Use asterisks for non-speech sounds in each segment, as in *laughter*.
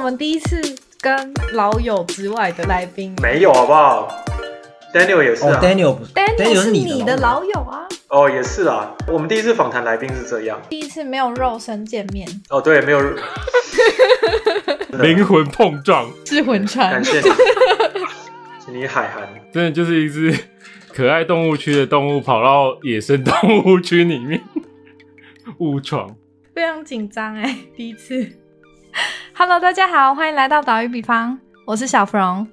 们第一次跟老友之外的来宾，没有好不好？Daniel 也是哦啊， ，Daniel 不是 Daniel 是是你的的老老友啊。哦也是啊。我们第一次访谈来宾是这样，第一次没有肉身见面，哦对， *laughs* 没有灵魂碰撞，是魂感 *laughs* 穿。谢你，请你海涵。真的就是一只可爱动物区的动物跑到野生动物区里面误闯。非常紧张哎，第一次。Hello，大家好，欢迎来到岛屿比方，我是小芙蓉，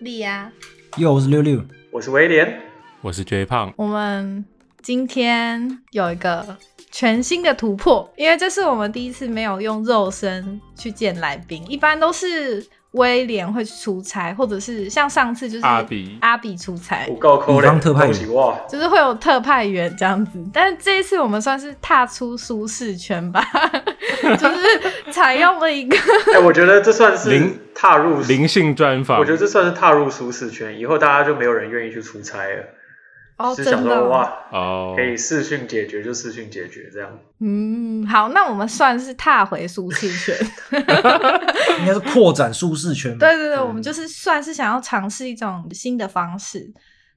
莉亚。友，我是六六，我是威廉，我是追胖，我们今天有一个全新的突破，因为这是我们第一次没有用肉身去见来宾，一般都是威廉会出差，或者是像上次就是阿比阿比出差我，告扣乙了，方特派员恭喜哇！就是会有特派员这样子，但是这一次我们算是踏出舒适圈吧， *laughs* 就是采用了一个哎、我觉得这算是零踏入灵性专访，我觉得这算是踏入舒适圈，以后大家就没有人愿意去出差了，哦，只想真的说哦，哇，哦可，以视讯解决就视讯解决这样。嗯，好，那我们算是踏回舒适圈，应该是扩展舒适圈吧。对对对，我们就是算是想要尝试一种新的方式，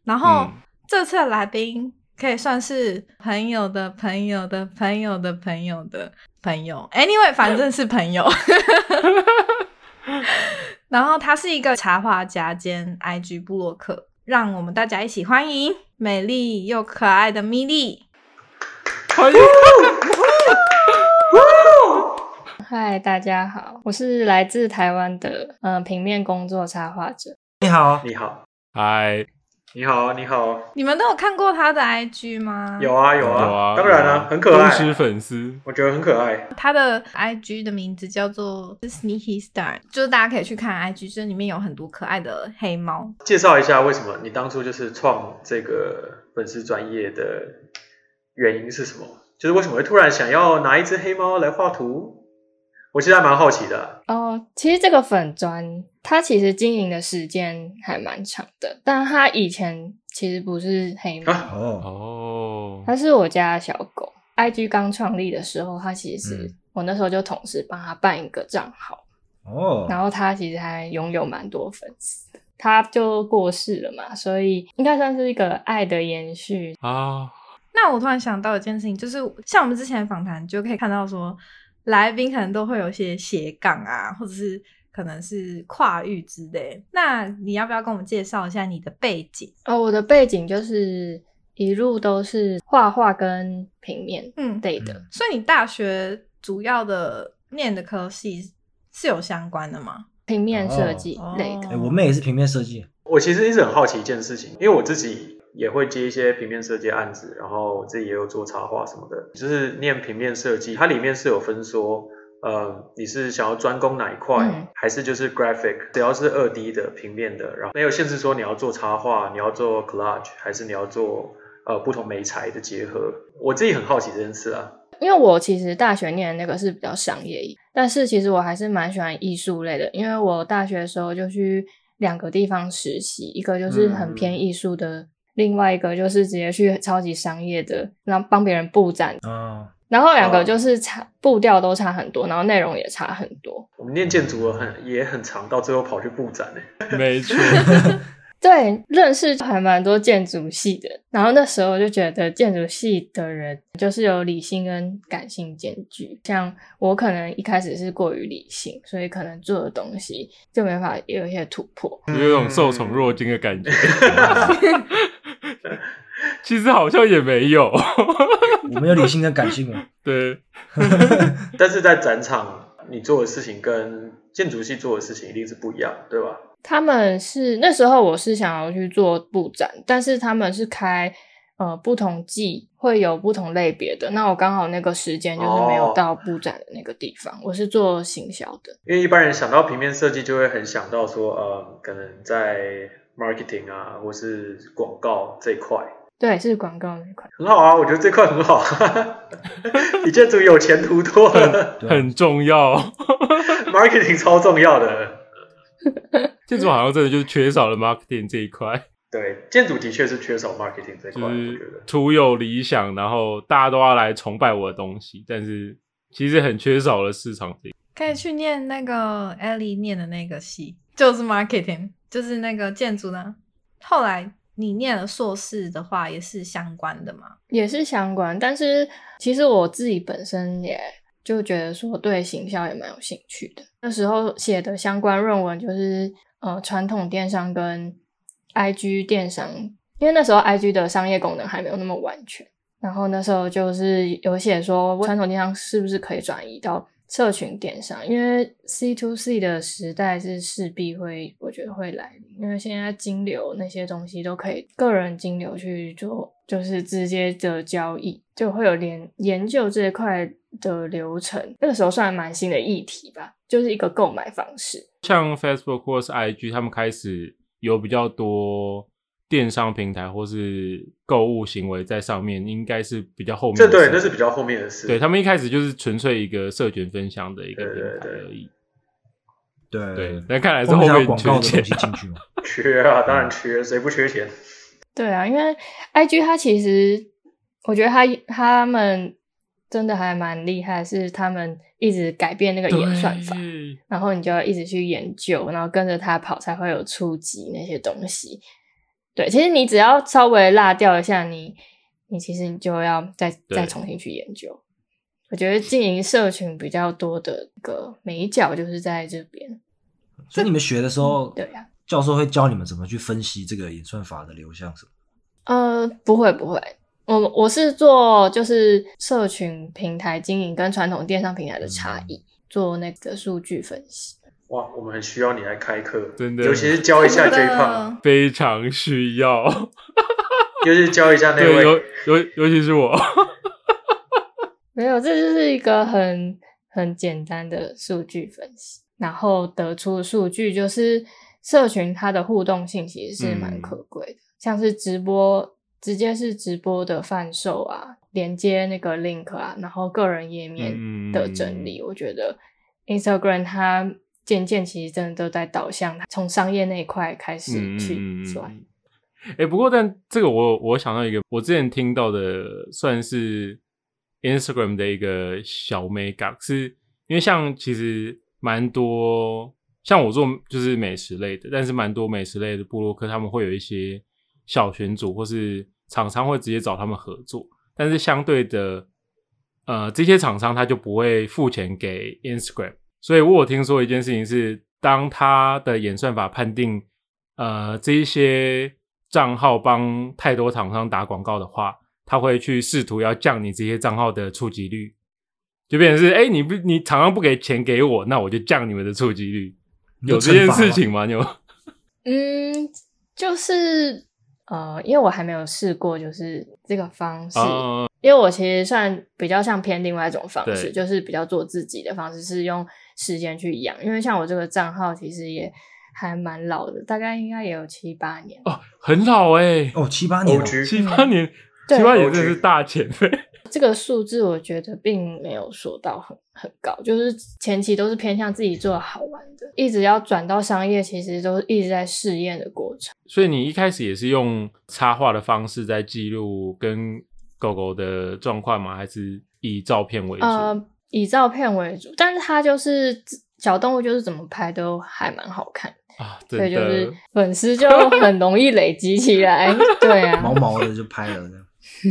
然后、嗯这次的来宾可以算是朋友的朋友的朋友的朋友的朋友，anyway，反正是朋友。 *laughs* 然后他是一个插画家兼 IG 部落客，让我们大家一起欢迎美丽又可爱的米莉。欢迎嗨，大家好，我是来自台湾的嗯、呃平面工作插画者。你好，你好，嗨，你好，你好，你们都有看过他的 IG 吗？有啊有啊，有啊，当然有了、很可爱忠，实粉丝，我觉得很可爱。他的 IG 的名字叫做 Sneaky Star，就是大家可以去看 IG，这里面有很多可爱的黑猫。介绍一下为什么你当初就是创这个粉丝专业的原因是什么？就是为什么会突然想要拿一只黑猫来画图？我其实还蛮好奇的啊、哦，其实这个粉砖，它其实经营的时间还蛮长的，但它以前其实不是黑猫，啊哦，哦，它是我家的小狗。IG 刚创立的时候，它其实是、嗯我那时候就同时帮它办一个账号，然哦，后它其实还拥有蛮多粉丝的。它就过世了嘛，所以应该算是一个爱的延续。啊，那我突然想到一件事情，就是像我们之前的访谈就可以看到说，来宾可能都会有一些斜杠啊，或者是可能是跨域之类。那你要不要跟我们介绍一下你的背景？哦，我的背景就是一路都是画画跟平面嗯，类的。嗯所以你大学主要的念的科系是有相关的吗？平面设计类的。哎，我妹也是平面设计，我其实一直很好奇一件事情，因为我自己也会接一些平面设计案子，然后我自己也有做插画什么的，就是念平面设计，它里面是有分说，呃，你是想要专攻哪一块，嗯还是就是 graphic，只要是二 D 的平面的，然后没有限制说你要做插画，你要做 collage，还是你要做呃不同媒材的结合。我自己很好奇这件事啊，因为我其实大学念的那个是比较商业一，但是其实我还是蛮喜欢艺术类的，因为我大学的时候就去两个地方实习，一个就是很偏艺术的，另外一个就是直接去超级商业的，然后帮别人布展，哦，然后两哦个就是差步调都差很多，然后内容也差很多。我们念建筑的很也很长，到最后跑去布展欸呢、没错，对，认识还蛮多建筑系的，然后那时候就觉得建筑系的人就是有理性跟感性兼具，像我可能一开始是过于理性，所以可能做的东西就没法有一些突破。有一种受宠若惊的感觉。其实好像也没有，我们有理性跟感性 *laughs* 啊。对，但是在展场你做的事情跟建筑系做的事情一定是不一样，对吧？他们是那时候我是想要去做布展，但是他们是开呃不同季会有不同类别的，那我刚好那个时间就是没哦有到布展的那个地方，我是做行销的。因为一般人想到平面设计，就会很想到说，呃，可能在 marketing 啊，或是广告这一块，对，是广告那块。很好啊，我觉得这块很好， *laughs* 比建筑有前途多了对啊很重要。 ，marketing 超重要的。建筑好像真的就是缺少了 marketing 这一块，对，建筑的确是缺少 marketing 这一块，就我觉得是。徒有理想，然后大家都要来崇拜我的东西，但是其实很缺少了市场这一可以去念那个 Ellie 念的那个系，就是 marketing，就是那个建筑呢。后来你念了硕士的话，也是相关的嘛？也是相关，但是其实我自己本身也就觉得说对行销也蛮有兴趣的。那时候写的相关论文就是呃传统电商跟 IG 电商，因为那时候 IG 的商业功能还没有那么完全。然后那时候就是有写说传统电商是不是可以转移到社群电商，因为 C to C 的时代是势必会，我觉得会来临，因为现在金流那些东西都可以个人金流去做，就是直接的交易，就会有研研究这一块的流程。那个时候算蛮新的议题吧，就是一个购买方式。像 Facebook 或是 IG，他们开始有比较多电商平台或是购物行为在上面，应该是比较后面这的对事。那是比较后面的事。对他们一开始就是纯粹一个社群分享的一个对平对台对而已。对对，但看来是后面才面有广告的缺东钱西进去嘛。缺啊，当然缺，谁不缺钱？对啊，因为 I G 它其实，我觉得它他们真的还蛮厉害，是他们一直改变那个演算法，对然后你就要一直去研究，然后跟着它跑，才会有触及那些东西。对，其实你只要稍微落掉一下，你你其实你就要再对再重新去研究。我觉得经营社群比较多的一个美角就是在这边。所以你们学的时候，哦对啊教授会教你们怎么去分析这个演算法的流向什么。呃，不会不会，我我是做就是社群平台经营跟传统电商平台的差异，做那个数据分析。哇，我们很需要你来开课，真的尤其是教一下 J 胖，非常需 *laughs* 要。尤其是教一下那对，尤位。尤尤其是我，没有，这就是一个很很简单的数据分析，然后得出数据就是社群它的互动性其实是蛮嗯可贵的，像是直播直接是直播的贩售啊，连接那个 link 啊，然后个人页嗯面的整理，我觉得 Instagram 它渐渐其实真的都在导向从商业那一块嗯开始去转。哎、不过但这个我我想到一个，我之前听到的算是 Instagram 的一个小美感，是因为像其实蛮多，像我做就是美食类的，但是蛮多美食类的部落客他们会有一些小群组或是厂商会直接找他们合作，但是相对的，呃，这些厂商他就不会付钱给 Instagram。所以我有听说一件事情是，当他的演算法判定，呃，这一些账号帮太多厂商打广告的话，他会去试图要降你这些账号的触及率，就变成是，哎、你不你厂商不给钱给我，那我就降你们的触及率。有这件事情吗？你有？哦嗯，就是呃，因为我还没有试过，就是这个方式，哦因为我其实算比较像偏另外一种方式，对就是比较做自己的方式，是用时间去养。因为像我这个账号其实也还蛮老的，大概应该也有七八年。哦，很老哎、哦，七八年了 OG 七八年，对七八年真的是大哎前辈。这个数字我觉得并没有说到很很高，就是前期都是偏向自己做好玩的，一直要转到商业，其实都一直在试验的过程。所以你一开始也是用插画的方式在记录跟狗狗的状况吗？还是以照片为主？呃，以照片为主，但是它就是小动物，就是怎么拍都还蛮好看，啊，所真以就是的，粉丝就很容易累积 *laughs* 起来。对啊毛，毛的就拍了这样。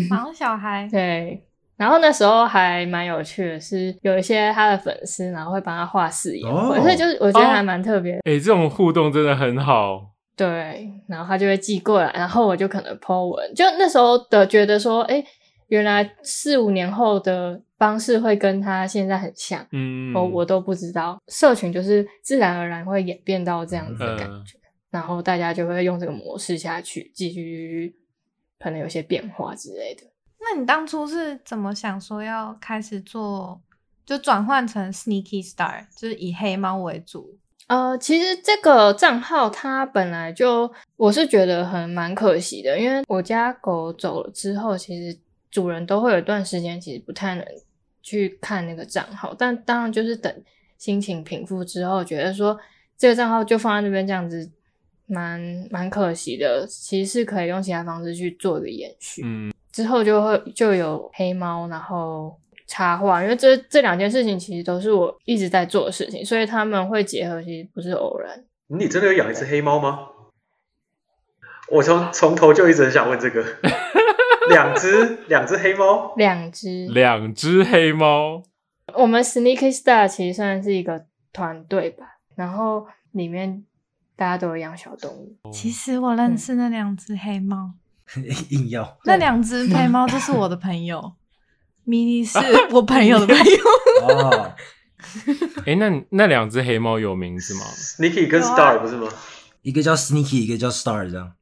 忙小孩，嗯对。然后那时候还蛮有趣的是，有一些他的粉丝，然后会帮他画饰演哦会，所以就是我觉得还蛮特别的。哎、这种互动真的很好。对，然后他就会寄过来，然后我就可能 po 文。就那时候的觉得说，哎，原来四五年后的方式会跟他现在很像。哦嗯，哦我我都不知道，社群就是自然而然会演变到这样嗯子呃的感觉，然后大家就会用这个模式下去，继续可能有些变化之类的。那你当初是怎么想说要开始做，就转换成 Sneaky Star，就是以黑猫为主？呃，其实这个账号它本来就我是觉得很蛮可惜的，因为我家狗走了之后，其实主人都会有一段时间其实不太能去看那个账号，但当然就是等心情平复之后，觉得说这个账号就放在那边这样子，蛮蛮可惜的。其实是可以用其他方式去做一个延续，嗯之后就会就有黑猫，然后。插画，因为这这两件事情其实都是我一直在做的事情，所以他们会结合，其实不是偶然。你真的有养一只黑猫吗？我从从头就一直很想问这 *laughs* 个，两只两只黑猫，两只，两只黑猫，我们 Sneaky Star 其实算是一个团队吧，然后里面大家都有养小动哦物，其实我认识那两只黑猫，硬要那两只黑猫就是我的朋 *laughs* 友，迷你是我朋友的朋友。啊，哎，那那两只黑猫有名 *laughs* 字吗？ Sneaky 跟有啊 Star 不是吗？一个叫 Sneaky，一个叫 Star 这样。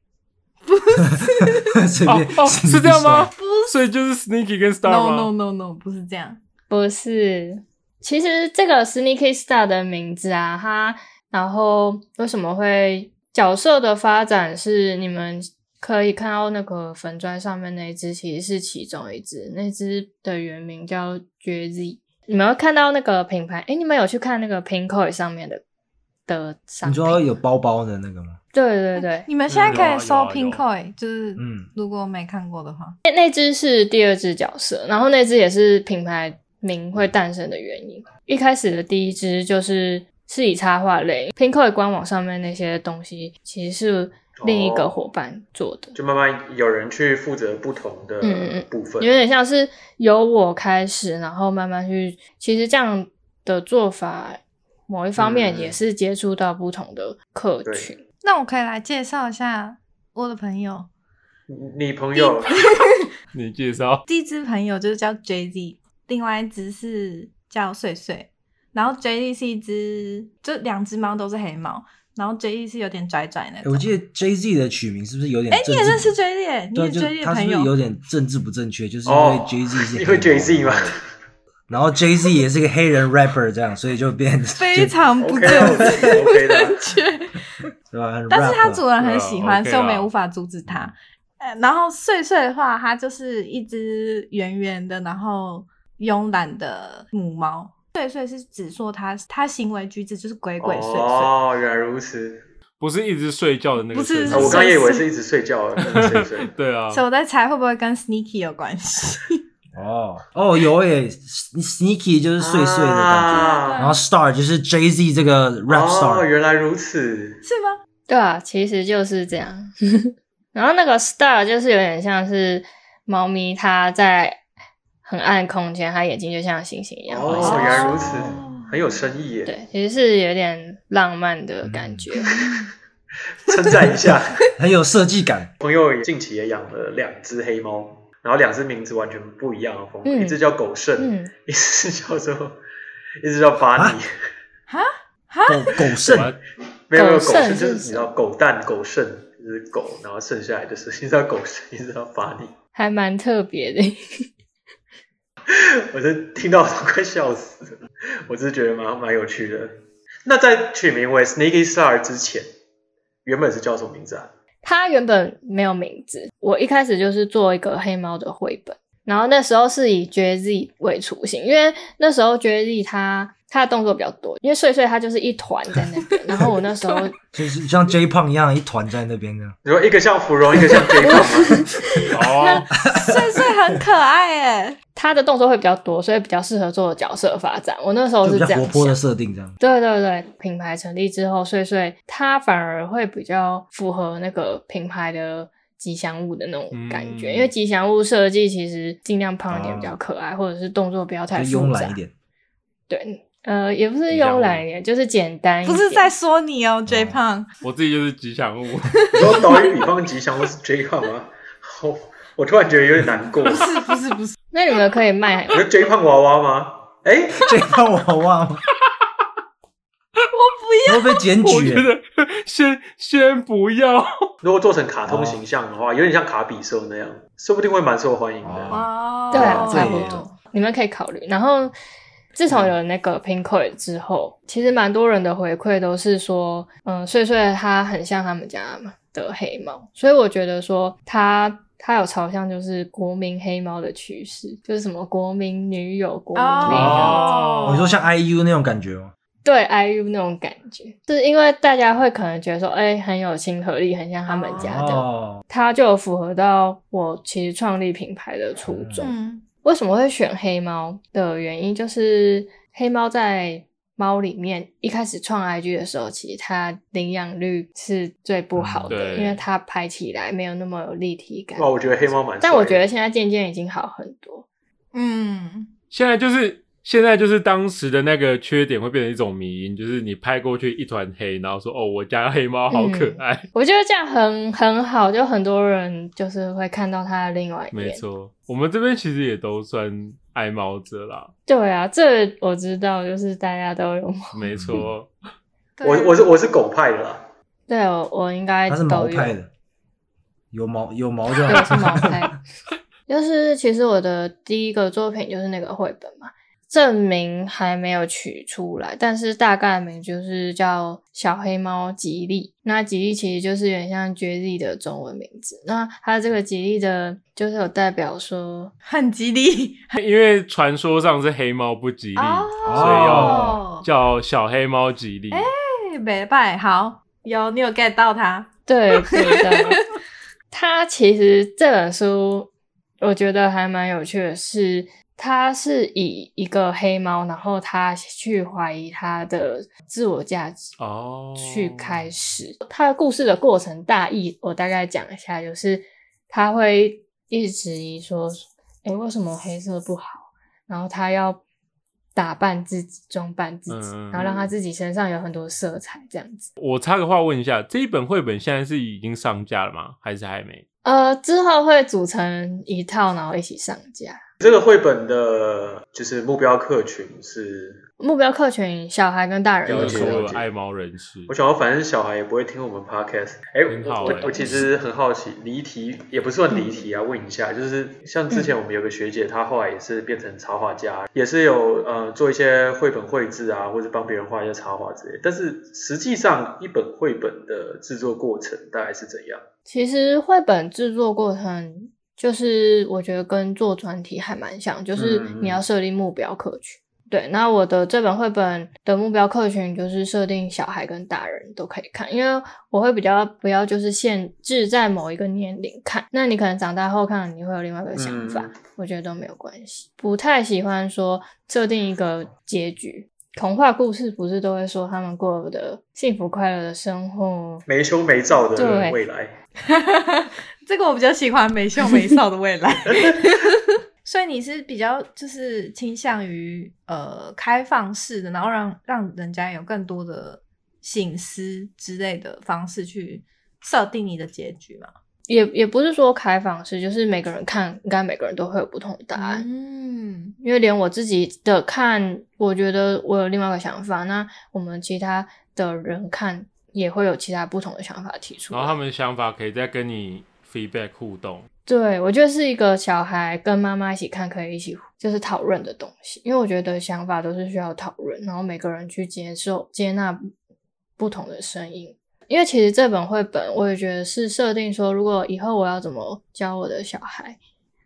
不是， *laughs* 随哦便哦， Sneaky 是这样吗 Star？？所以就是 Sneaky 跟 Star No 吗 no no no，不是这样。不是。其实这个 Sneaky Star 的名字啊，它然后为什么会角色的发展是你们可以看到那个粉砖上面那一只，其实是其中一只，那只的原名叫 Jersey。你们会看到那个品牌，哎，你们有去看那个 Pinkoi 上面的的商你品？说有包包的那个吗？对对对，你们现在可以搜有啊有啊 Pinkoi，就是嗯如果没看过的话，那那只是第二只角色，然后那只也是品牌名会诞生的原因。一开始的第一只就是是以插画类 p i n k o 的官网上面那些东西，其实是另一哦个伙伴做的，就慢慢有人去负责不同的嗯嗯嗯部分，有点像是由我开始，然后慢慢去。其实这样的做法，某一方面嗯也是接触到不同的客对群。那我可以来介绍一下我的朋友。你你朋友你介绍第一只朋友就是叫 J Z，另外一只是叫碎碎。然后 J Z 是一只，就两只猫都是黑猫，然后 J Z 是有点拽拽那诶种。我记得 Jay Z 的取名是不是有点哎、政治你不？也认识 J Z，、欸、你对也啊，就 J Z 的他是朋不友是有点政治不正确？就是因为哦 Jay Z *laughs* 是因为 Jay Z 嘛嘛，然后 Jay Z 也是个黑人 rapper 这样，所以就变非常不 OK 正 *laughs* 确。 OK OK *laughs* 的，对吧？很但是 rap 它啊主人很喜欢，对啊，OK 啦所以我们也无法阻止它。呃然后碎碎的话，它就是一只圆圆的，然后慵懒的母猫。碎碎是指说它它行为举止就是鬼鬼 *laughs* 祟祟，哦，原来如此。不是一直睡觉的那个不是睡啊觉？我刚刚也以为是是一直睡觉 *laughs* 了，一直睡睡。对啊，所以我在猜会不会跟 sneaky 有关系。 *laughs* 哦哦有耶，Sneaky 就是碎碎的感觉，啊然后 Star 就是 Jay Z 这个 rap 哦， star，原来如此。是吗？对啊，其实就是这样。 *laughs* 然后那个 star 就是有点像是猫咪，它在很暗空间，它眼睛就像星星一样会哦，闪原来如此哦，很有深意耶。对，其实是有点浪漫的感觉。 *laughs* 称赞一下，很有设计感。 *laughs* 朋友也近期也养了两只黑猫，然后两只名字完全不一样的风格，嗯一只叫狗剩，嗯，一只叫做，一只叫巴尼。狗狗剩我要没有没有狗狗剩剩，就是是你什知道狗蛋、狗剩就是狗，然后剩下来就是一只叫狗剩， *laughs* 一只叫巴尼。还蛮特别的。我真听到都快笑死了，我只是觉得蛮蛮有趣的。那在取名为 Sneaky Star 之前，原本是叫什么名字啊？它原本没有名字，我一开始就是做一个黑猫的绘本，然后那时候是以 Jazzy 为雏形，因为那时候 Jazzy 它它的动作比较多，因为碎碎它就是一团在那边，然后我那时候就是像 J 胖一样一团在那边这样。你说一个像芙蓉，一个像 J 胖吗？哦，碎碎很可爱 *laughs* 哎，他的动作会比较多，所以比较适合做角色发展。我那哦时候就是比这较样活泼的啊想。设定这样。对对对，品牌成立之后，碎碎它反而会比较符合那个品牌的吉祥物的那种感觉，嗯因为吉祥物设计其实尽量胖一点啊比较可爱，或者是动作不要太就慵复杂懒一。点， *laughs* 对，呃，也不是慵懒一点，就是简单一不点。是在说你哦，J 胖。我自己就是吉祥物， *laughs* 你说岛屿比方吉祥物是 J 胖吗？我我突然觉得有点难 *laughs* 过。不是不是不是，那你们可 *laughs* 以卖你说 J 胖娃娃吗？哎，这让我忘 *laughs* 了，我不要，会被检我举觉。得先先不要，如果做成卡通形象的话，有点像卡比兽那样，说不定会蛮受欢迎的。哦哦， *laughs* 对啊，哦差不对多，你们可以考虑。然后自从有那个 Pinkoi 之后，其实蛮多人的回馈都是说，嗯，碎碎它很像他们家的黑猫，所以我觉得说它。它有朝向就是国民黑猫的趋势，就是什么国民女友、国民妹啊哦，你说像 IU 那种感觉吗？对 IU 那种感觉，是因为大家会可能觉得说，哎、很有亲和力，很像他们家这样。哦，它就有符合到我其实创立品牌的初衷。嗯，为什么会选黑猫的原因，就是黑猫在猫里面一开始创 IG 的时候，其实它领养率是最不好的，嗯对因为它拍起来没有那么有立体感。哇，我觉得黑猫蛮帅的，但我觉得现在渐渐已经好很多。嗯，现在就是现在就是当时的那个缺点会变成一种迷因，就是你拍过去一团黑，然后说哦，我家黑猫好嗯可爱，我觉得这样很很好，就很多人就是会看到它的另外一没面。错，我们这边其实也都算爱猫者啦，对啊，这我知道，就是大家都有。没错，对我我是我是狗派的啦，对，我我应该它是都毛有派的，有毛有毛 *laughs* 就对，我好。哦是毛派。 *laughs* 就是其实我的第一个作品就是那个绘本嘛，证明还没有取出来，但是大概名就是叫小黑猫吉利。那吉利其实就是有点像绝地的中文名字。那它这个吉利的，就是有代表说，很吉利因为传说上是黑猫不吉利，哦所以要哦，叫小黑猫吉利。哎对，北拜好，有你有 get 到它，对，对的。 *laughs* 它其实这本书，我觉得还蛮有趣的是，它是以一个黑猫，然后它去怀疑它的自我价值。哦，去开始。他的故事的过程大意，我大概讲一下，就是他会一直质疑说，诶、为什么黑色不好？然后他要打扮自己，装扮自己，嗯然后让他自己身上有很多色彩，这样子。我插个话问一下，这一本绘本现在是已经上架了吗？还是还没？呃，之后会组成一套，然后一起上架。这个绘本的就是目标客群是，目标客群小孩跟大人了就都是解所有，有了解爱猫人士我。想要反正小孩也不会听我们 podcast。哎，很好我哎我我其实很好奇，离题也不算离题啊，问一下，就是像之前我们有个学姐，她后来也是变成插画家，也是有呃做一些绘本绘制啊，或者帮别人画一些插画之类。但是实际上一本绘本的制作过程大概是怎样？其实绘本制作过程，就是我觉得跟做专题还蛮像，就是嗯你要设定目标客群。对，那我的这本绘本的目标客群就是设定小孩跟大人都可以看，因为我会比较不要就是限制在某一个年龄看。那你可能长大后看，你会有另外一个想法，嗯我觉得都没有关系。不太喜欢说设定一个结局，童话故事不是都会说他们过的幸福快乐的生活，没羞没躁的对未来，这个我比较喜欢美秀美少的未 *laughs* 来。所以你是比较就是倾向于呃开放式的，然后让让人家有更多的醒思之类的方式去设定你的结局嘛？也也不是说开放式，就是每个人看，应该每个人都会有不同的答案。嗯，因为连我自己的看，我觉得我有另外一个想法，那我们其他的人看也会有其他不同的想法提出来。然后他们的想法可以再跟你 feedback 互动。对我觉得是一个小孩跟妈妈一起看，可以一起就是讨论的东西，因为我觉得想法都是需要讨论，然后每个人去接受接纳不同的声音。因为其实这本绘本，我也觉得是设定说，如果以后我要怎么教我的小孩，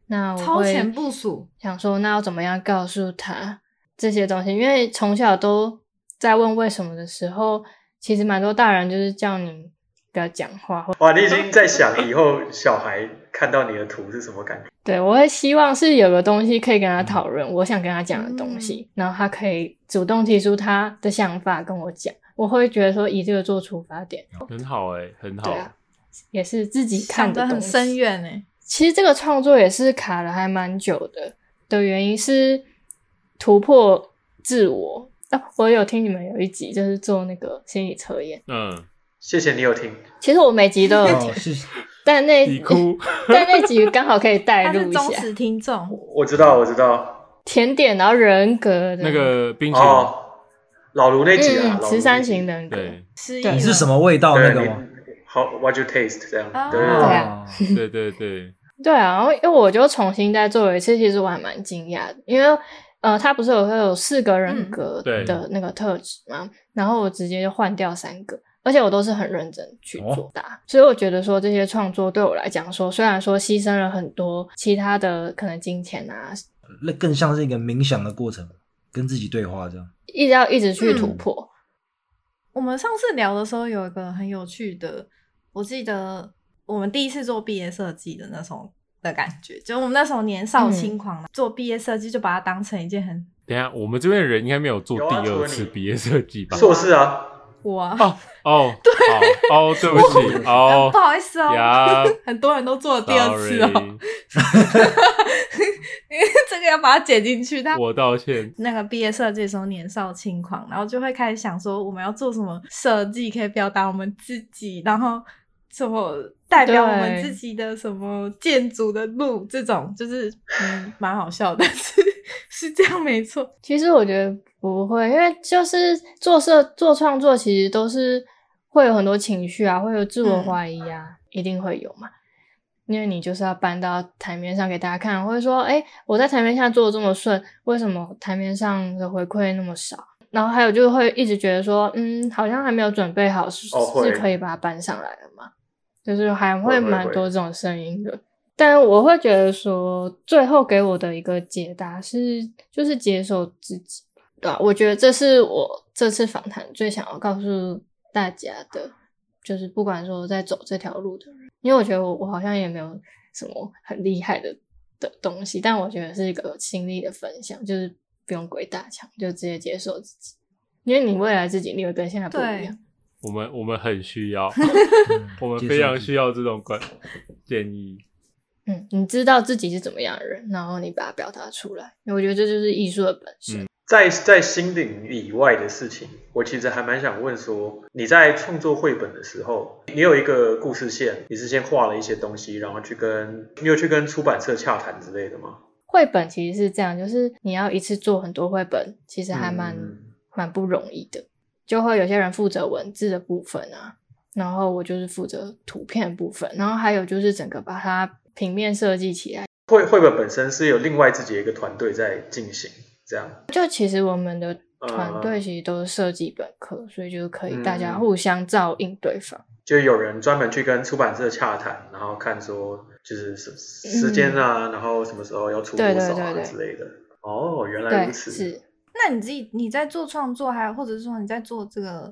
那我超会前部署，想说那要怎么样告诉他这些东西，因为从小都在问为什么的时候，其实蛮多大人就是叫你不要讲话，或哇，你已经在想以后小孩看到你的图是什么感觉？对我会希望是有个东西可以跟他讨嗯论，我想跟他讲的东西，然后他可以主动提出他的想法跟我讲，我会觉得说以这个做出发点，很好哎、很好。对啊，也是自己看想的得东很西深远欸诶、其实这个创作也是卡了还蛮久的，的原因是突破自我。啊，我有听你们有一集就是做那个心理测验，嗯，谢谢你有听，其实我每集都有听哦，，是但那你哭，但那集刚好可以带 *laughs* 他是入一下忠实听众，我知道，我知道。甜点，然后人格的那个冰淇淋，哦，老卢那集啊嗯，老卢那集十三型人格，对失忆对了你是什么味道哦那对，个你吗？好，What you taste 这样，哦对对哦啊对对对，对啊，然后因为我就重新再做了一次，其实我还蛮惊讶的，因为呃，他不是有会有四个人格对的那个特质嘛，然后我直接就换掉三个，而且我都是很认真去哦做的啊、所以我觉得说这些创作对我来讲说，虽然说牺牲了很多其他的可能金钱啊，那更像是一个冥想的过程，跟自己对话这样。一直要一直去突嗯破，我们上次聊的时候有一个很有趣的，我记得我们第一次做毕业设计的那种的感觉。就我们那时候年少嗯轻狂、做毕业设计就把它当成一件很等一下，我们这边的人应该没有做有啊第除二了次你毕业设计吧？硕士啊，哇、哦哦，对哦，对不起哦不，好意思哦、呀 *laughs* 很多人都做了第二次哦、 Sorry，因为 *laughs* 这个要把它剪进去，它我道歉。那个毕业设计的时候年少轻狂，然后就会开始想说我们要做什么设计可以表达我们自己，然后什 *laughs* 么代表我们对自己的什么建筑的路，这种就是嗯蛮好笑的，但是是这样没错，其实我觉得不会，因为就是做设做创作，其实都是会有很多情绪啊，会有自嗯我怀疑啊，一定会有嘛。因为你就是要搬到台面上给大家看，或者说，哎、我在台面下做的这么顺，为什么台面上的回馈那么少？然后还有就会一直觉得说，嗯，好像还没有准备好，是、哦会是可以把它搬上来了吗？就是还会会会蛮会多这种声音的。但我会觉得说，最后给我的一个解答是，就是接受自己，对啊吧、我觉得这是我这次访谈最想要告诉大家的，就是不管说在走这条路的人，因为我觉得我我好像也没有什么很厉害的的东西，但我觉得是一个心力的分享，就是不用鬼打墙，就直接接受自己，因为你未来自己，你会跟现在不一样。我们我们很需要，我们嗯接受非常自己需要这种管建议。嗯，你知道自己是怎么样的人，然后你把它表达出来，我觉得这就是艺术的本身。在在心灵以外的事情，我其实还蛮想问说，你在创作绘本的时候，你有一个故事线，你是先画了一些东西，然后去跟你有去跟出版社洽谈之类的吗？绘本其实是这样，就是你要一次做很多绘本，其实还蛮、嗯蛮不容易的。就会有些人负责文字的部分啊，然后我就是负责图片的部分，然后还有就是整个把它平面设计起来。绘绘本本身是有另外自己的一个团队在进行，这样。就其实我们的团嗯队其实都是设计本科，所以就是可以大家嗯互相照应对方。就有人专门去跟出版社洽谈，然后看说就是时时间啊，然后什么时候要出多对对少啊嗯对对之类的。哦，原来对，如此。是。那你自己你在做创作，还有或者是说你在做这个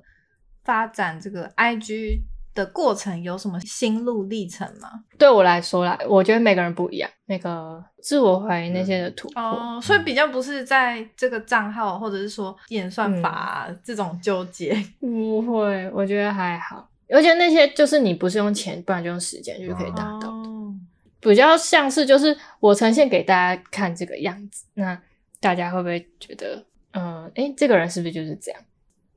发展这个 IG 的过程，有什么心路历程吗？对我来说啦，我觉得每个人不一样，那个自我怀疑嗯那些的突破，哦，所以比较不是在这个账号或者是说演算法啊、这种纠结，不会，我觉得还好。而且那些就是你不是用钱，不然就用时间就可以达到，哦比较像是就是我呈现给大家看这个样子，那大家会不会觉得，嗯、诶，这个人是不是就是这样？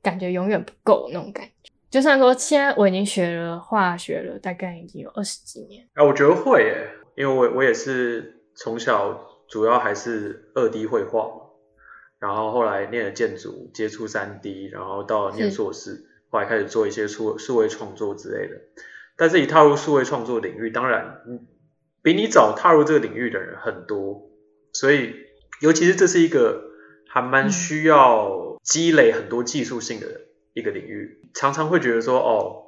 感觉永远不够那种感觉。就算说现在我已经学了化学了，大概已经有二十几年，啊，我觉得会耶，因为我我也是从小主要还是二 D 绘画嘛，然后后来念了建筑，接触三 D，然后到念是硕士，后来开始做一些数数位创作之类的。但是，一踏入数位创作领域，当然，嗯比你早踏入这个领域的人很多，所以，尤其是这是一个还蛮嗯需要积累很多技术性的一个领域，常常会觉得说，哦，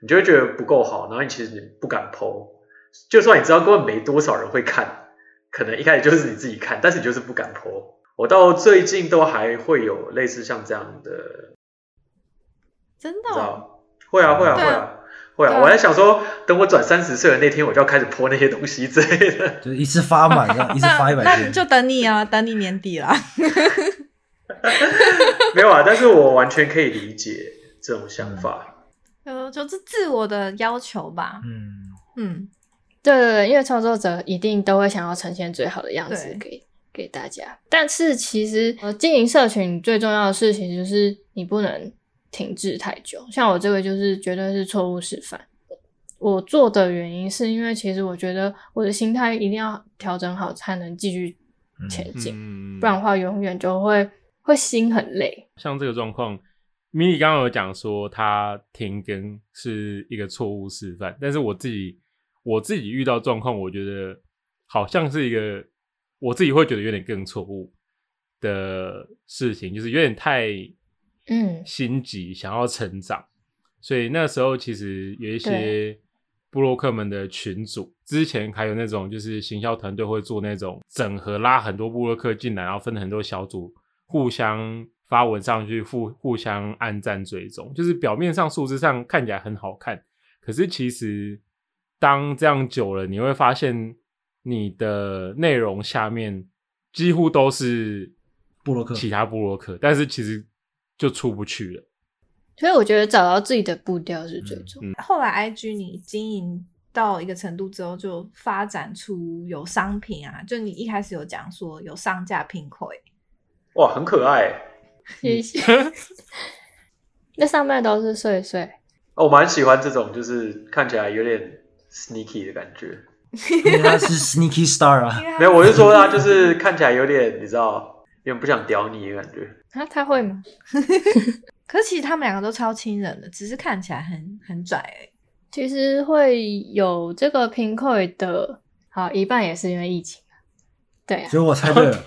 你就会觉得不够好，然后你其实你不敢 PO，就算你知道根本没多少人会看，可能一开始就是你自己看，但是你就是不敢 PO。我到最近都还会有类似像这样的，你真的知哦、道？会啊，会啊，对会啊啊，会对啊！啊我还想说，等我转三十岁的那天，我就要开始 PO 那些东西之类 *laughs* 的。就一次发 *laughs* 满，这样一次发一百那那篇，就等你啊， *laughs* 等你年底啦。没有啊，但是我完全可以理解这种想法。就就是自我的要求吧，嗯，嗯，对对对，因为创作者一定都会想要呈现最好的样子对给给大家。但是其实呃，经营社群最重要的事情就是你不能停滞太久。像我这个就是绝对是错误示范。我做的原因是因为其实我觉得我的心态一定要调整好，才能继续前进，嗯，不然的话永远就会会心很累。像这个状况，米莉刚刚有讲说他停更是一个错误示范，但是我自己我自己遇到状况，我觉得好像是一个我自己会觉得有点更错误的事情，就是有点太嗯心急，想要成长，所以那时候其实有一些对布洛克们的群组，之前还有那种就是行销团队会做那种整合，拉很多布洛克进来，然后分很多小组，互相发文上去，互互相暗赞追踪，就是表面上数字上看起来很好看，可是其实当这样久了，你会发现你的内容下面几乎都是布洛克其他布洛克，但是其实就出不去了。所以我觉得找到自己的步调是最重嗯要。嗯后来 IG 你经营到一个程度之后，就发展出有商品啊，就你一开始有讲说有上架拼葵，哇，很可爱。嗯谢谢。 *laughs* 那上面都是碎碎，哦我蛮喜欢这种，就是看起来有点 sneaky 的感觉。因为他是 Sneaky Star *laughs* 啊因，为它没有，我是说他就是看起来有点，你知道，有点不想屌你的感觉。啊，他会吗？可是其实他们两个都超亲人的，只是看起来很很拽而已。其实会有这个贫困的，好一半也是因为疫情啊对啊结，果我猜对了，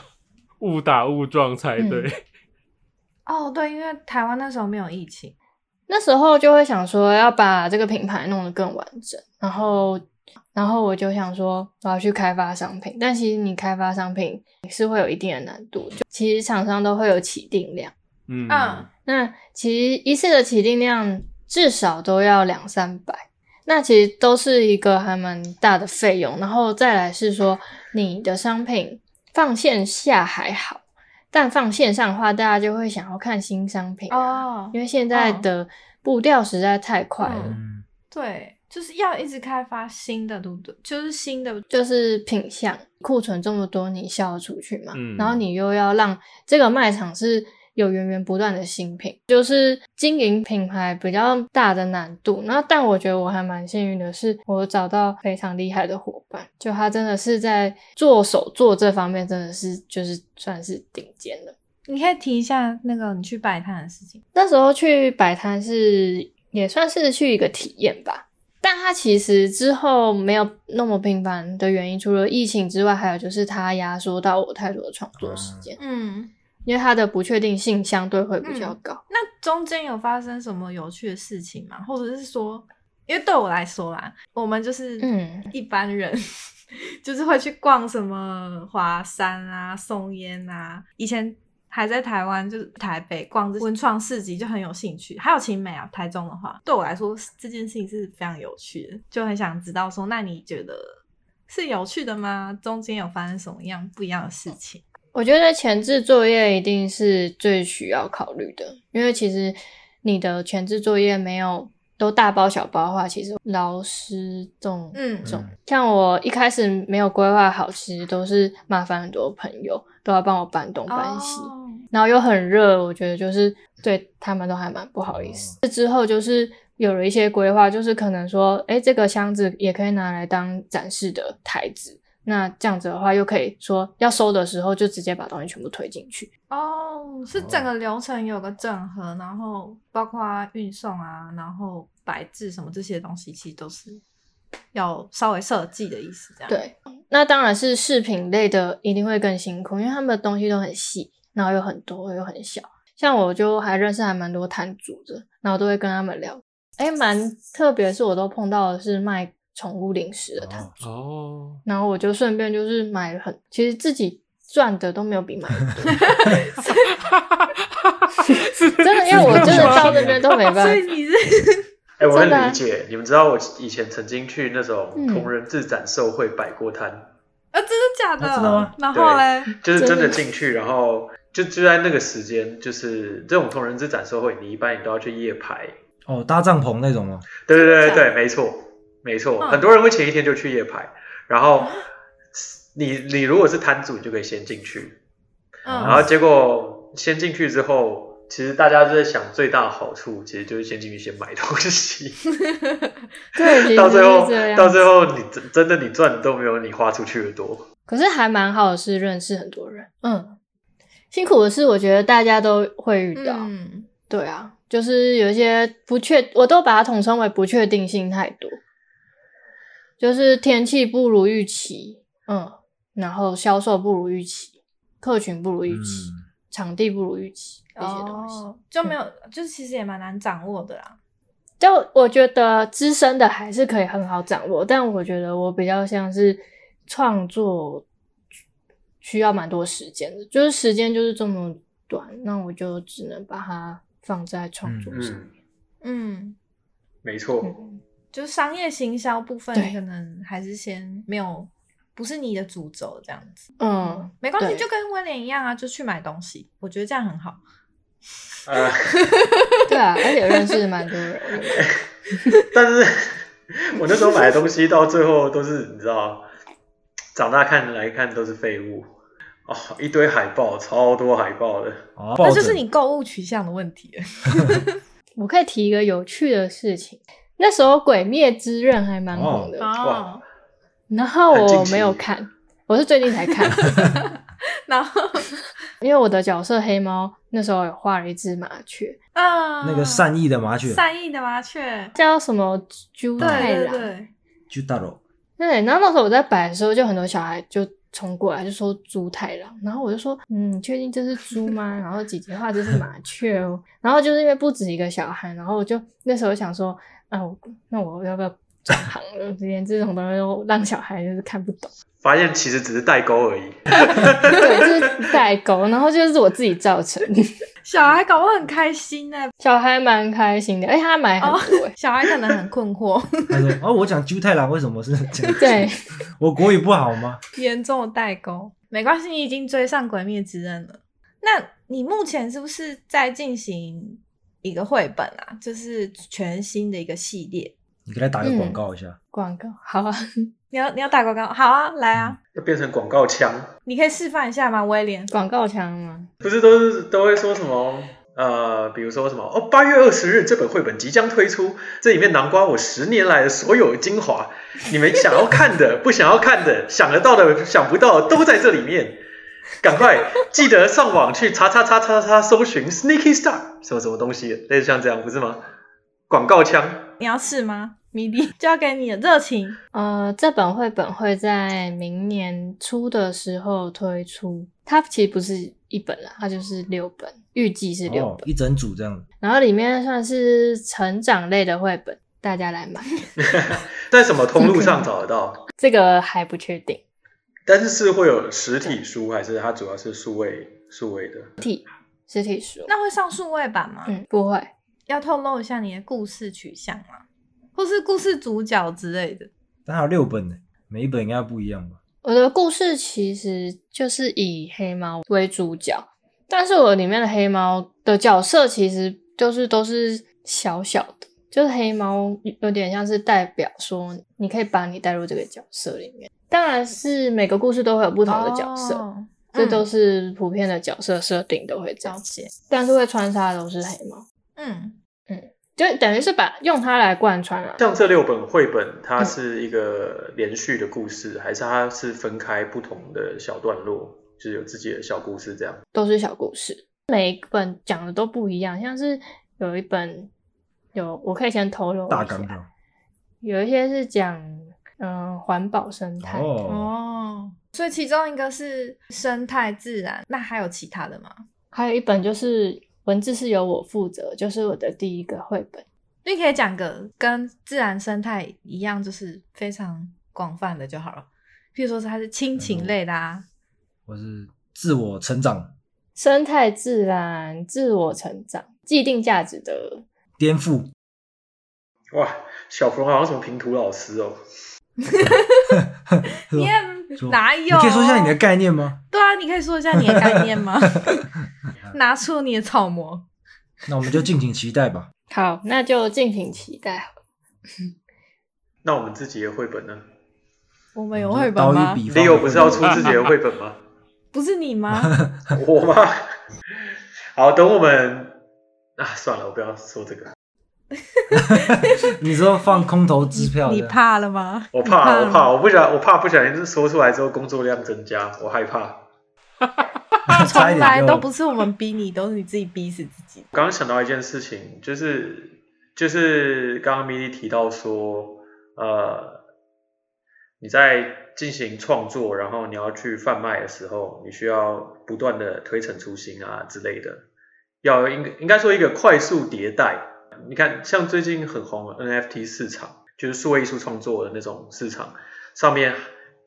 误打误撞才嗯对，哦，对，因为台湾那时候没有疫情，那时候就会想说要把这个品牌弄得更完整，然后，然后我就想说我要去开发商品，但其实你开发商品是会有一定的难度，就其实厂商都会有起定量，嗯嗯那其实一次的起定量至少都要两三百，那其实都是一个还蛮大的费用。然后再来是说，你的商品放线下还好，但放线上的话，大家就会想要看新商品、啊，哦因，为现在的步调实在太快了，嗯嗯，对，就是要一直开发新的，对不对？就是新的，就是品相库存这么多，你销出去嘛，嗯然后你又要让这个卖场是有源源不断的新品，就是经营品牌比较大的难度。那但我觉得我还蛮幸运的是，我找到非常厉害的伙伴，就他真的是在做手做这方面真的是就是算是顶尖的。你可以提一下那个你去摆摊的事情。那时候去摆摊是也算是去一个体验吧，但它其实之后没有那么频繁的原因，除了疫情之外，还有就是它压缩到我太多的创作时间，嗯，因为它的不确定性相对会比较高。那中间有发生什么有趣的事情吗？或者是说，因为对我来说啦，我们就是嗯一般人。 *laughs* 就是会去逛什么华山啊、松烟啊，以前还在台湾，就是台北逛这文创市集就很有兴趣，还有晴美啊，台中的话，对我来说这件事情是非常有趣的，就很想知道说，那你觉得是有趣的吗？中间有发生什么样不一样的事情？我觉得前置作业一定是最需要考虑的，因为其实你的前置作业没有都大包小包的话，其实劳师动嗯众。像我一开始没有规划好，其实都是麻烦很多朋友都要帮我搬东搬西。哦然后又很热，我觉得就是对他们都还蛮不好意思。之后就是有了一些规划，就是可能说，哎，这个箱子也可以拿来当展示的台子。那这样子的话，又可以说要收的时候就直接把东西全部推进去。哦，是整个流程有个整合，然后包括运送啊，然后摆置什么这些东西，其实都是要稍微设计的意思，这样。，对，那当然是饰品类的一定会更辛苦，因为他们的东西都很细，然后又很多又很小。像我就还认识还蛮多摊主的，然后都会跟他们聊。哎，蛮特别，是我都碰到的是卖宠物零食的摊主哦哦，然后我就顺便就是买了很，其实自己赚的都没有比 *laughs* 买的多，真的，因为我真的到那边都没办 *laughs* 所以法。你是哎、我很真的啊理解，你们知道我以前曾经去那种嗯同人自展售会摆过摊，啊，真的假的？啊真的吗然后嘞，就是真的真的进去，然后就就在那个时间，就是这种同人自展售会，你一般你都要去夜排。哦，搭帐篷那种吗？对对对真的对，没错没错，嗯很多人会前一天就去夜排，然后你你如果是摊主，你就可以先进去，嗯，然后结果先进去之后，其实大家都在想最大的好处，其实就是先进去先买东西，对，其实到最后是这样。到最后你真真的你赚的都没有你花出去的多。可是还蛮好的是认识很多人，嗯，辛苦的是我觉得大家都会遇到，嗯，对啊，就是有一些不确，我都把它统称为不确定性太多，就是天气不如预期，嗯，然后销售不如预期，客群不如预期，嗯场地不如预期这些东西。哦，就没有，就是其实也蛮难掌握的啦。就我觉得资深的还是可以很好掌握，但我觉得我比较像是创作需要蛮多时间的，就是时间就是这么短，那我就只能把它放在创作上。嗯，嗯，没错。嗯就是商业行销部分，对可能还是先没有。不是你的主轴这样子。嗯，没关系，对就跟威廉一样啊，就去买东西，我觉得这样很好。呃， *laughs* 对啊，而且认识蛮多人，但是我那时候买的东西到最后都是你知道，长大看来看都是废物哦，一堆海报，超多海报的。那哦，抱就是着你购物取向的问 *laughs* 题了。我可以提一个有趣的事情。那时候《鬼灭之刃》还蛮红的，哦哇，然后很近我期没有看，我是最近才看， *laughs* 然后因为我的角色黑猫那时候有画了一只麻雀，啊， *laughs* 那个善意的麻雀，善意的麻雀，叫什么猪太对对郎，对，就大楼，对，然后那时候我在摆的时候，就很多小孩就冲过来就说猪太郎，然后我就说，嗯，你确定这是猪吗？然后姐姐画这是麻雀哦，然后就是因为不止一个小孩，然后我就那时候想说，啊，我那我要不要转行了？这边这种东西都让小孩就是看不懂，发现其实只是代沟而已。对，就是代沟，然后就是我自己造成，小孩搞不好很开心呢、小孩蛮开心的，而哎且他买哦很多、欸， *laughs* 小孩可能很困惑，他说：“哦，我讲猪太郎为什么是这样？对，我国语不好吗？严重的代沟。没关系，你已经追上《鬼灭之刃》了。那你目前是不是在进行一个绘本啊？就是全新的一个系列？你给他嗯打个广告一下。广告好啊，你要你要打广告？好啊，来啊！就变成广告腔，嗯你可以示范一下吗，威廉？广告墙嘛，不是都是都会说什么？呃，比如说什么哦，八月二十日这本绘本即将推出，这里面囊括我十年来的所有精华，你们想要看的、不想要看的、想得到的、想不到的都在这里面。赶快记得上网去查查查查查，搜寻 Sneaky Star 什么什么东西，类似像这样不是吗？广告腔，你要试吗？迷 *laughs* 弟交给你的热情。呃，这本绘本会在明年初的时候推出。它其实不是一本啦，它就是六本，预计是六哦本。，一整组这样子，然后里面算是成长类的绘本，大家来买。在什么通路上找得到？这个还不确定，但是是会有实体书，还是它主要是数位数位的？实体书。那会上数位版吗？嗯，不会。要透露一下你的故事取向吗？或是故事主角之类的？但它有六本呢，每一本应该不一样吧？我的故事其实就是以黑猫为主角，但是我里面的黑猫的角色其实就是都是小小的，就是黑猫有点像是代表说，你可以把你带入这个角色里面。当然是每个故事都会有不不同的角色，哦这都是普遍的角色设定都会嗯这了样，解。但是会穿插的都是黑猫，嗯，就等于是把用它来贯穿了、像这六本绘本，它是一个连续的故事，还是它是分开不同的小段落，就是有自己的小故事这样？都是小故事，每一本讲的都不一样，像是有一本有我可以先透露一大纲这下，样。有一些是讲嗯环保生态，哦，哦，所以其中一个是生态自然，那还有其他的吗？还有一本就是文字是由我负责，就是我的第一个绘本，你可以讲个跟自然生态一样，就是非常广泛的就好了。譬如说它是亲嗯情类的啊，我是自我成长生态自然、自我成长、既定价值的颠覆，哇，小冯好像什么平图老师哦，你也啊说哪有？你可以说一下你的概念吗？对啊，你可以说一下你的概念 *laughs* 吗？拿出你的草模。那我们就敬请期 *laughs* 待吧。好，那就敬请期待。那我们自己的绘本呢我们有我们绘嗯就本刀吗与？笔方？Leo 不是要出自己的绘本吗？不是你吗？我吗？好，等我们啊，算了，我不要说这个， *laughs* 你说放空头支票的，你怕了吗？我你怕，了我吗怕，我不想，我怕不小心说出来之后工作量增加，我害怕。 *laughs* 从 *laughs* 差一点来就都不是我们逼你，都是你自己逼死自己。我刚刚想到一件事情，就是就是刚刚 Mili 提到说，呃，你在进行创作，然后你要去贩卖的时候，你需要不断的推陈出新啊之类的，要应应该说一个快速迭代。你看，像最近很红的 NFT 市场，就是数位艺术创作的那种市场，上面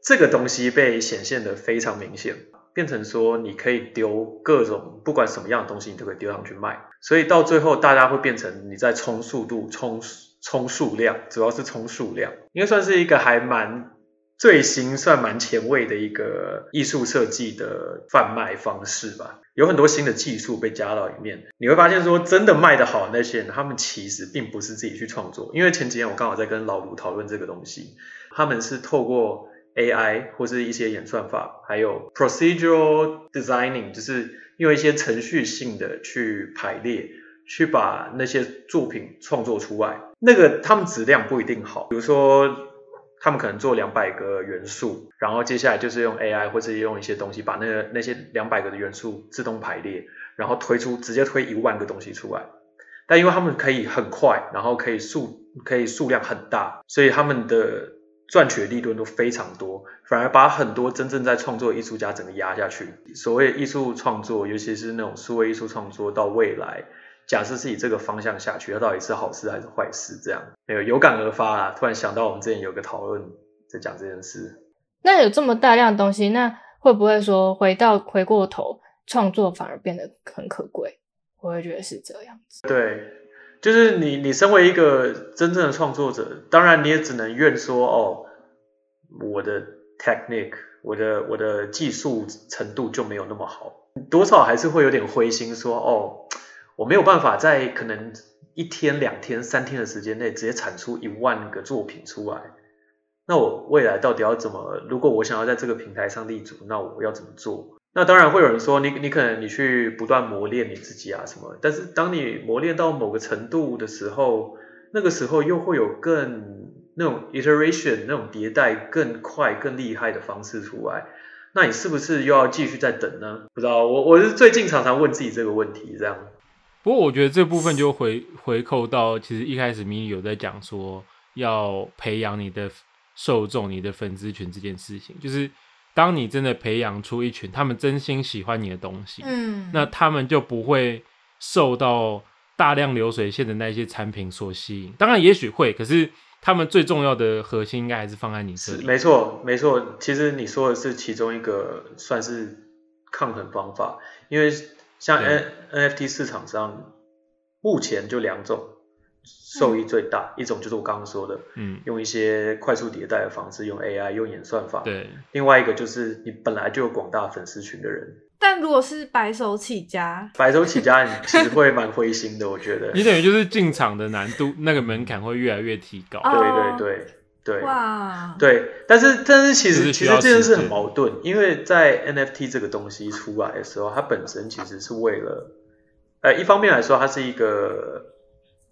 这个东西被显现的非常明显。变成说你可以丢各种不管什么样的东西，你都可以丢上去卖。所以到最后，大家会变成你在冲速度、冲冲数量，主要是冲数量，应该算是一个还蛮最新算蛮前卫的一个艺术设计的贩卖方式吧。有很多新的技术被加到里面，你会发现说真的卖得好的那些人，他们其实并不是自己去创作，因为前几天我刚好在跟老卢讨论这个东西，他们是透过 AI 或是一些演算法，还有 procedural designing，就是用一些程序性的去排列，去把那些作品创作出来。那个他们质量不一定好，比如说他们可能做两百个元素，然后接下来就是用 AI 或是用一些东西把那个那些两百个的元素自动排列，然后推出直接推一万个东西出来。但因为他们可以很快，然后可以数可以数量很大，所以他们的赚取的利润都非常多，反而把很多真正在创作的艺术家整个压下去。所谓艺术创作，尤其是那种数位艺术创作，到未来假设是以这个方向下去，它到底是好事还是坏事？这样没有有感而发啦，突然想到我们之前有个讨论在讲这件事。那有这么大量的东西，那会不会说回到回过头创作反而变得很可贵？我会觉得是这样子。对，就是你，你身为一个真正的创作者，当然你也只能怨说，哦，我的 technique，我的我的技术程度就没有那么好，多少还是会有点灰心说，哦，我没有办法在可能一天、两天、三天的时间内直接产出一万个作品出来。那我未来到底要怎么？如果我想要在这个平台上立足，那我要怎么做？那当然会有人说你，你可能你去不断磨练你自己啊什么，但是当你磨练到某个程度的时候，那个时候又会有更那种 iteration 那种迭代更快更厉害的方式出来，那你是不是又要继续再等呢？不知道，我我是最近常常问自己这个问题，这样。不过我觉得这部分就回回扣到，其实一开始迷你有在讲说要培养你的受众、你的粉丝群这件事情，就是当你真的培养出一群他们真心喜欢你的东西，嗯，那他们就不会受到大量流水线的那些产品所吸引。当然，也许会，可是他们最重要的核心应该还是放在你这是里。没错，没错。其实你说的是其中一个算是抗衡方法，因为像对 N NFT 市场上目前就两种受益最大，一种就是我刚刚说的，嗯，用一些快速迭代的方式，用 AI 用演算法；对，另外一个就是你本来就有广大粉丝群的人，但如果是白手起家，白手起家，你其实会蛮灰心的，我觉 *laughs* 得。你等于就是进场的难度那个门槛会越来越提高。哦对对对对。哇，，对，但是但是其就实是其需实要这件时事很间矛盾，因为在 NFT 这个东西出来的时候，它本身其实是为了，呃，一方面来说它是一个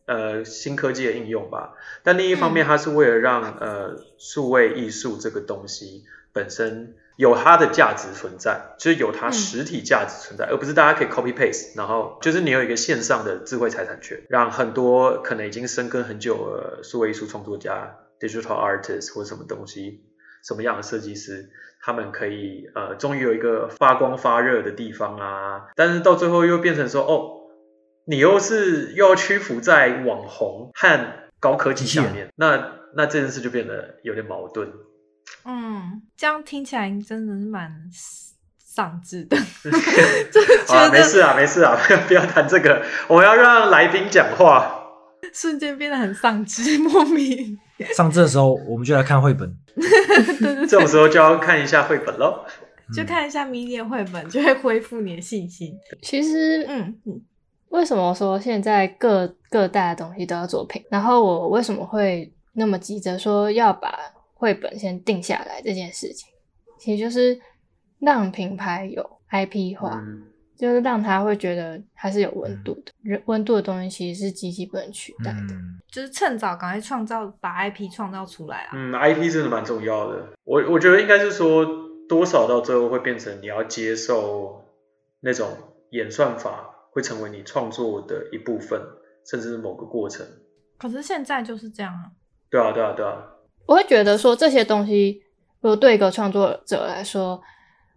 呃新科技的应用吧，但另一方面它是为了让、呃数位艺术这个东西本身有它的价值存在，就是有它嗯实体价值存在，而不是大家可以 copy paste，然后就是你有一个线上的智慧财产权，让很多可能已经深耕很久的数位艺术创作家 digital artist 或什么东西。什么样的设计师，他们可以呃，终于有一个发光发热的地方啊，但是到最后又变成说，哦，你又是又要屈服在网红和高科技下面，那那这件事就变得有点矛盾。嗯，这样听起来真的是蛮丧志 *laughs* 的，就是啊，觉没事得啊，没事啊， *laughs* 不要不要谈这个，我们要让来宾讲 *laughs* 话。瞬间变得很丧志，莫名。上这的时候，我们就来看绘本。这种时候就要看一下绘本喽。就看一下迷恋绘本，就会恢复你的信心。其实嗯，嗯为什么我说现在各各大东西都要作品？然后我为什么会那么急着说要把绘本先定下来这件事情？其实就是让品牌有 IP 化，嗯，就是让他会觉得它是有温度的。人温度的东西其实是机器不能取代的。嗯，就是趁早赶快创造，把 IP 创造出来啊！嗯，IP 真的蛮重要的。我我觉得应该是说，多少到最后会变成你要接受那种演算法会成为你创作的一部分，甚至是某个过程。可是现在就是这样啊，对啊，对啊，对啊，我会觉得说这些东西，如果对一个创作者来说，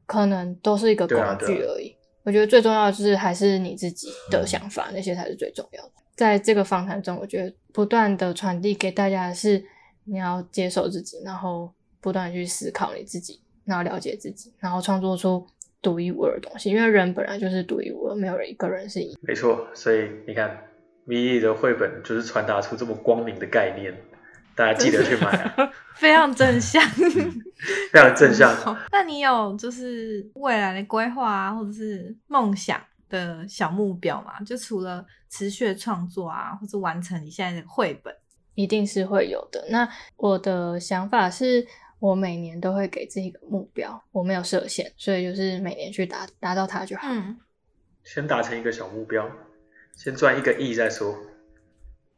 可能都是一个工对啊具对啊嗯而已。我觉得最重要的就是还是你自己的想法，那些才是最重要的。在这个访谈中，我觉得不断的传递给大家的是，你要接受自己，然后不断地去思考你自己，然后了解自己，然后创作出独一无二的东西。因为人本来就是独一无二，没有人一个人是一没 E 错。所以你看，米莉的绘本就是传达出这么光明的概念。大家记得去买 *laughs* 啊，非常正 *laughs* 向。非常正向。嗯那你有就是未来的规划啊，或者是梦想的小目标吗？就除了持续的创作啊，或者完成你现在的绘本，一定是会有的。那我的想法是，我每年都会给自己一个目标，我没有设限，所以就是每年去达达到它就好。嗯，先达成一个小目标，先赚一个亿再说。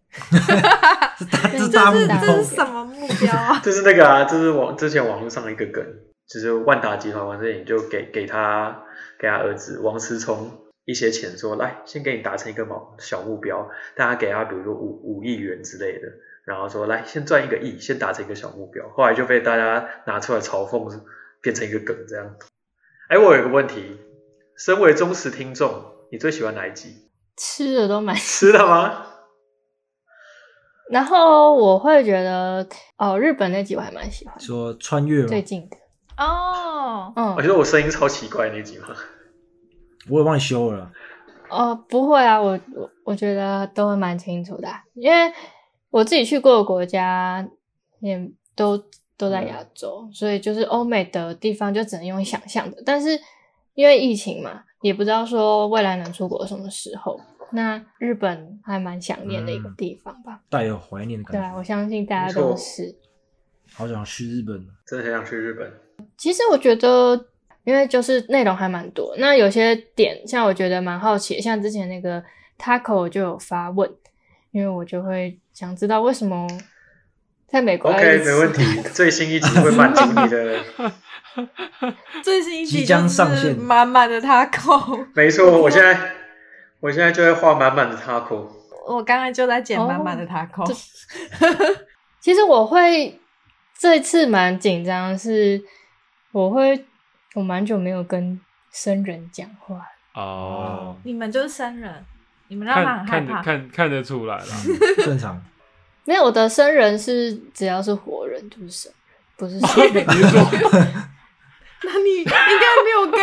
这大对这这大目是达这标是什么目标 *laughs* 啊？这是那个啊，这是网之前网络上的一个梗，就是万达集团王振宇就给给他给他儿子王思聪一些钱说，来先给你达成一个毛小目标，大家给他比如说五五亿元之类的，然后说来先赚一个亿，先达成一个小目标，后来就被大家拿出来嘲讽，变成一个梗这样。哎，我有个问题，身为忠实听众，你最喜欢哪一集？ *laughs* 吃的都蛮吃的吗？然后我会觉得，哦，日本那集我还蛮喜欢，说穿越最吗？近的，哦，嗯我，觉得我声音超奇怪那集吗？我也忘记修了。哦，不会啊，我我我觉得都会蛮清楚的啊、因为我自己去过的国家也都都在亚洲，所以就是欧美的地方就只能用想象的。但是因为疫情嘛，也不知道说未来能出国什么时候。那日本还蛮想念的一个嗯地方吧？带有怀念的感对觉。啊，我相信大家没都错是。好想去日本。真的很想去日本。其实我觉得，因为就是内容还蛮多，那有些点像我觉得蛮好奇，像之前那个 Taco 我就有发问，因为我就会想知道为什么在美国要 OK，一直没 *laughs* 问题。最新一集会满足你的，最新一集即将上就是线满满的 taco，没错。我现在，我现在就会画满满的 taco。我刚刚就在剪满满的 taco，、 *laughs* 其实我会这次蛮紧张，是我会我蛮久没有跟生人讲话，啊哦，你们就是生人，你们让他很看害看得怕。看看得出来 *laughs* 啦。嗯正常。没有我的生人是只要是活人就是生人，不是生 *laughs* 人。那你应该没有跟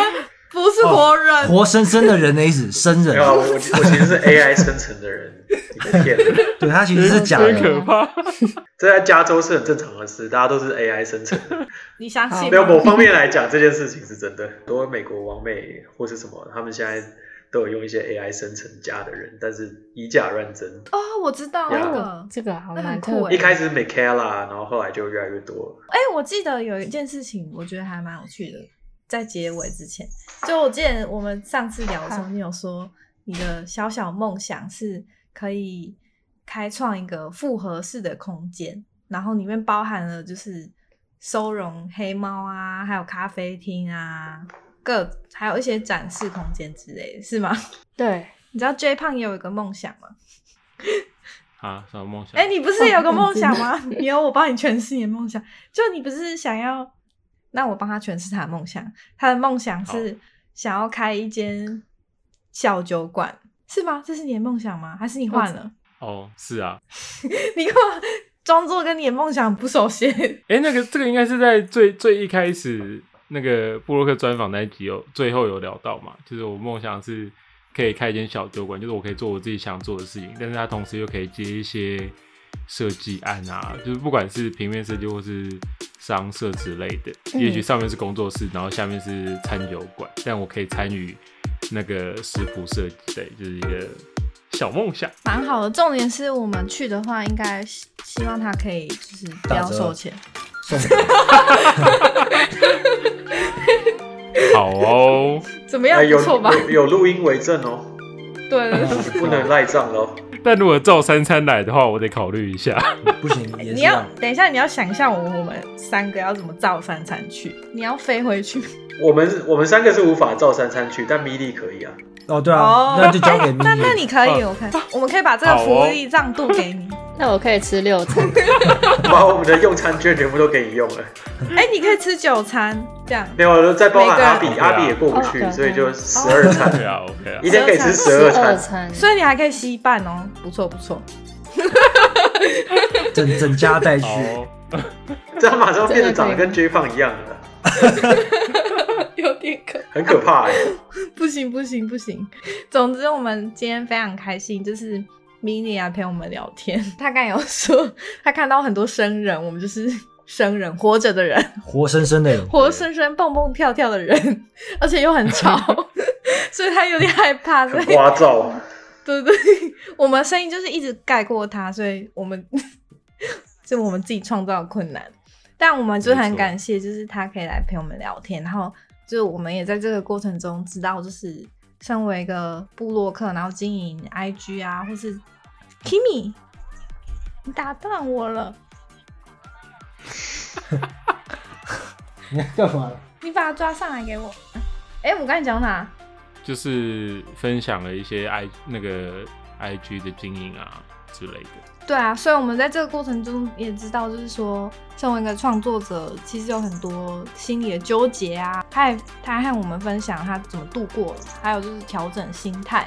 不是哦活人，活生生的人的意思，生没人有，。我我其实是 AI 生成 *laughs* 的人，你被骗了。对他其实是假真的，可怕。 *laughs* 这在加州是很正常的事，大家都是 AI 生成的。你相信没有某吗？方面来讲，这件事情是真的。很多美国王美或是什么，他们现在都有用一些 AI 生成假的人，但是以假乱真。哦，我知道那个。这个好那蛮很酷特欸一别，开始是 Michaela，然后后来就越来越多了。哎、我记得有一件事情，我觉得还蛮有趣的，在结尾之前，就我记得我们上次聊的时候，好你有说你的小小梦想是可以开创一个复合式的空间，然后里面包含了就是收容黑猫啊，还有咖啡厅啊，各还有一些展示空间之类的，是吗？ *laughs* 对，你知道 J 胖也有一个梦想吗？啊，什么梦想？哎、你不是有个梦想吗？ *laughs* 你有我帮你诠释你的梦想，就你不是想要，那我帮他诠释他的梦想。他的梦想是想要开一间小酒馆，是吗？这是你的梦想吗？还是你换了？ *laughs* 哦，是啊，你干嘛装作跟你的梦想不熟悉？哎、那个这个应该是在最最一开始那个布洛克专访那一集有最后有聊到嘛，就是我梦想是可以开一间小酒馆，就是我可以做我自己想做的事情，但是它同时又可以接一些设计案啊，就是不管是平面设计或是商社之类的，嗯也许上面是工作室，然后下面是餐酒馆，但我可以参与那个食谱设计，对，就是一个小梦想。蛮好的，重点是我们去的话，应该希希望他可以就是不打要折收钱。送给 *laughs* 好哦，怎么样？哎有不错吧？有有录音为证哦，对对对。不能赖账喽。 *laughs* 但如果照三餐来的话，我得考虑一下。 *laughs* 不行，也你是啊要要等一下，你要想一下我我们三个要怎么造三餐去？你要飞回去我们我们三个是无法照三餐去，但米粒可以啊。 *laughs* 哦，对啊，那就交给咪 *laughs* 那那你咪。可以，嗯我看我们可以把这个福利让渡给你。哦那我可以吃六餐，把我们的用餐券全部都给你用了，哎、你可以吃九餐这样。没有，再包含阿比每，个人阿比也过不去，哦所以就十二啊对餐，啊，OK *laughs* 啊。一天可以吃 *laughs* 十十二二餐。餐，所以你还可以稀饭哦，不错不错。整整家带去好，哦 *laughs* 这样马上变得长得跟 J 胖一样了， *laughs* 有点可很可 *laughs* 怕哎、不行不行不行。总之，我们今天非常开心，就是 mini 来陪我们聊天， *laughs* 他刚才有说他看到很多生人，我们就是 *laughs* 生人，活着的人，活生生的人，活生生蹦蹦跳跳的人， *laughs* 而且又很 *laughs* 吵，所以他有点害怕，所很以聒噪。对 *laughs* 对，我们声音就是一直盖过它，所以我们是我们自己创造的困难。但我们就是没很错感谢，就是他可以来陪我们聊天，然后就是我们也在这个过程中知道，就是身为一个部落客，然后经营 IG 啊，或是 Kimi，你打断我了，你要干嘛？你把它抓上来给我。哎、我刚才讲哪？ *laughs* 就是分享了一些 i 那个 IG 的经营啊之类的。对啊，所以我们在这个过程中也知道，就是说，身为一个创作者，其实有很多心理的纠结啊。他也他还和我们分享他怎么度过了，还有就是调整心态。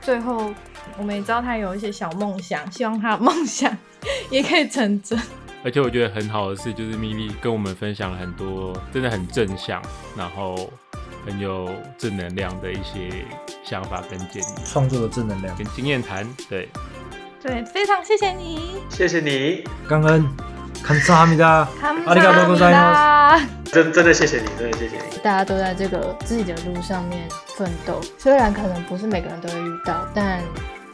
最后，我们也知道他有一些小梦想，希望他的梦想 *laughs* 也可以成真。而且我觉得很好的是，就是咪咪跟我们分享了很多真的很正向，然后很有正能量的一些想法跟建议创作的正能量，跟经验谈。对，对，非常谢谢你，谢谢你，感恩，看萨哈米达，卡姆ありがとうございま真真的谢谢你，真的谢谢你。大家都在这个自己的路上面奋斗，虽然可能不是每个人都会遇到，但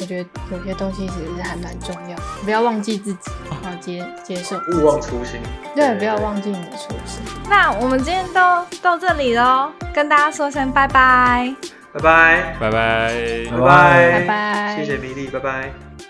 我觉得有些东西其实是还蛮重要的，不要忘记自己，好接接受自己勿忘初心，哦对，不要忘记你的初心。 *laughs* 那我们今天都到这里喽，跟大家说声拜拜。拜拜，拜拜。拜拜拜谢谢米粒，拜拜。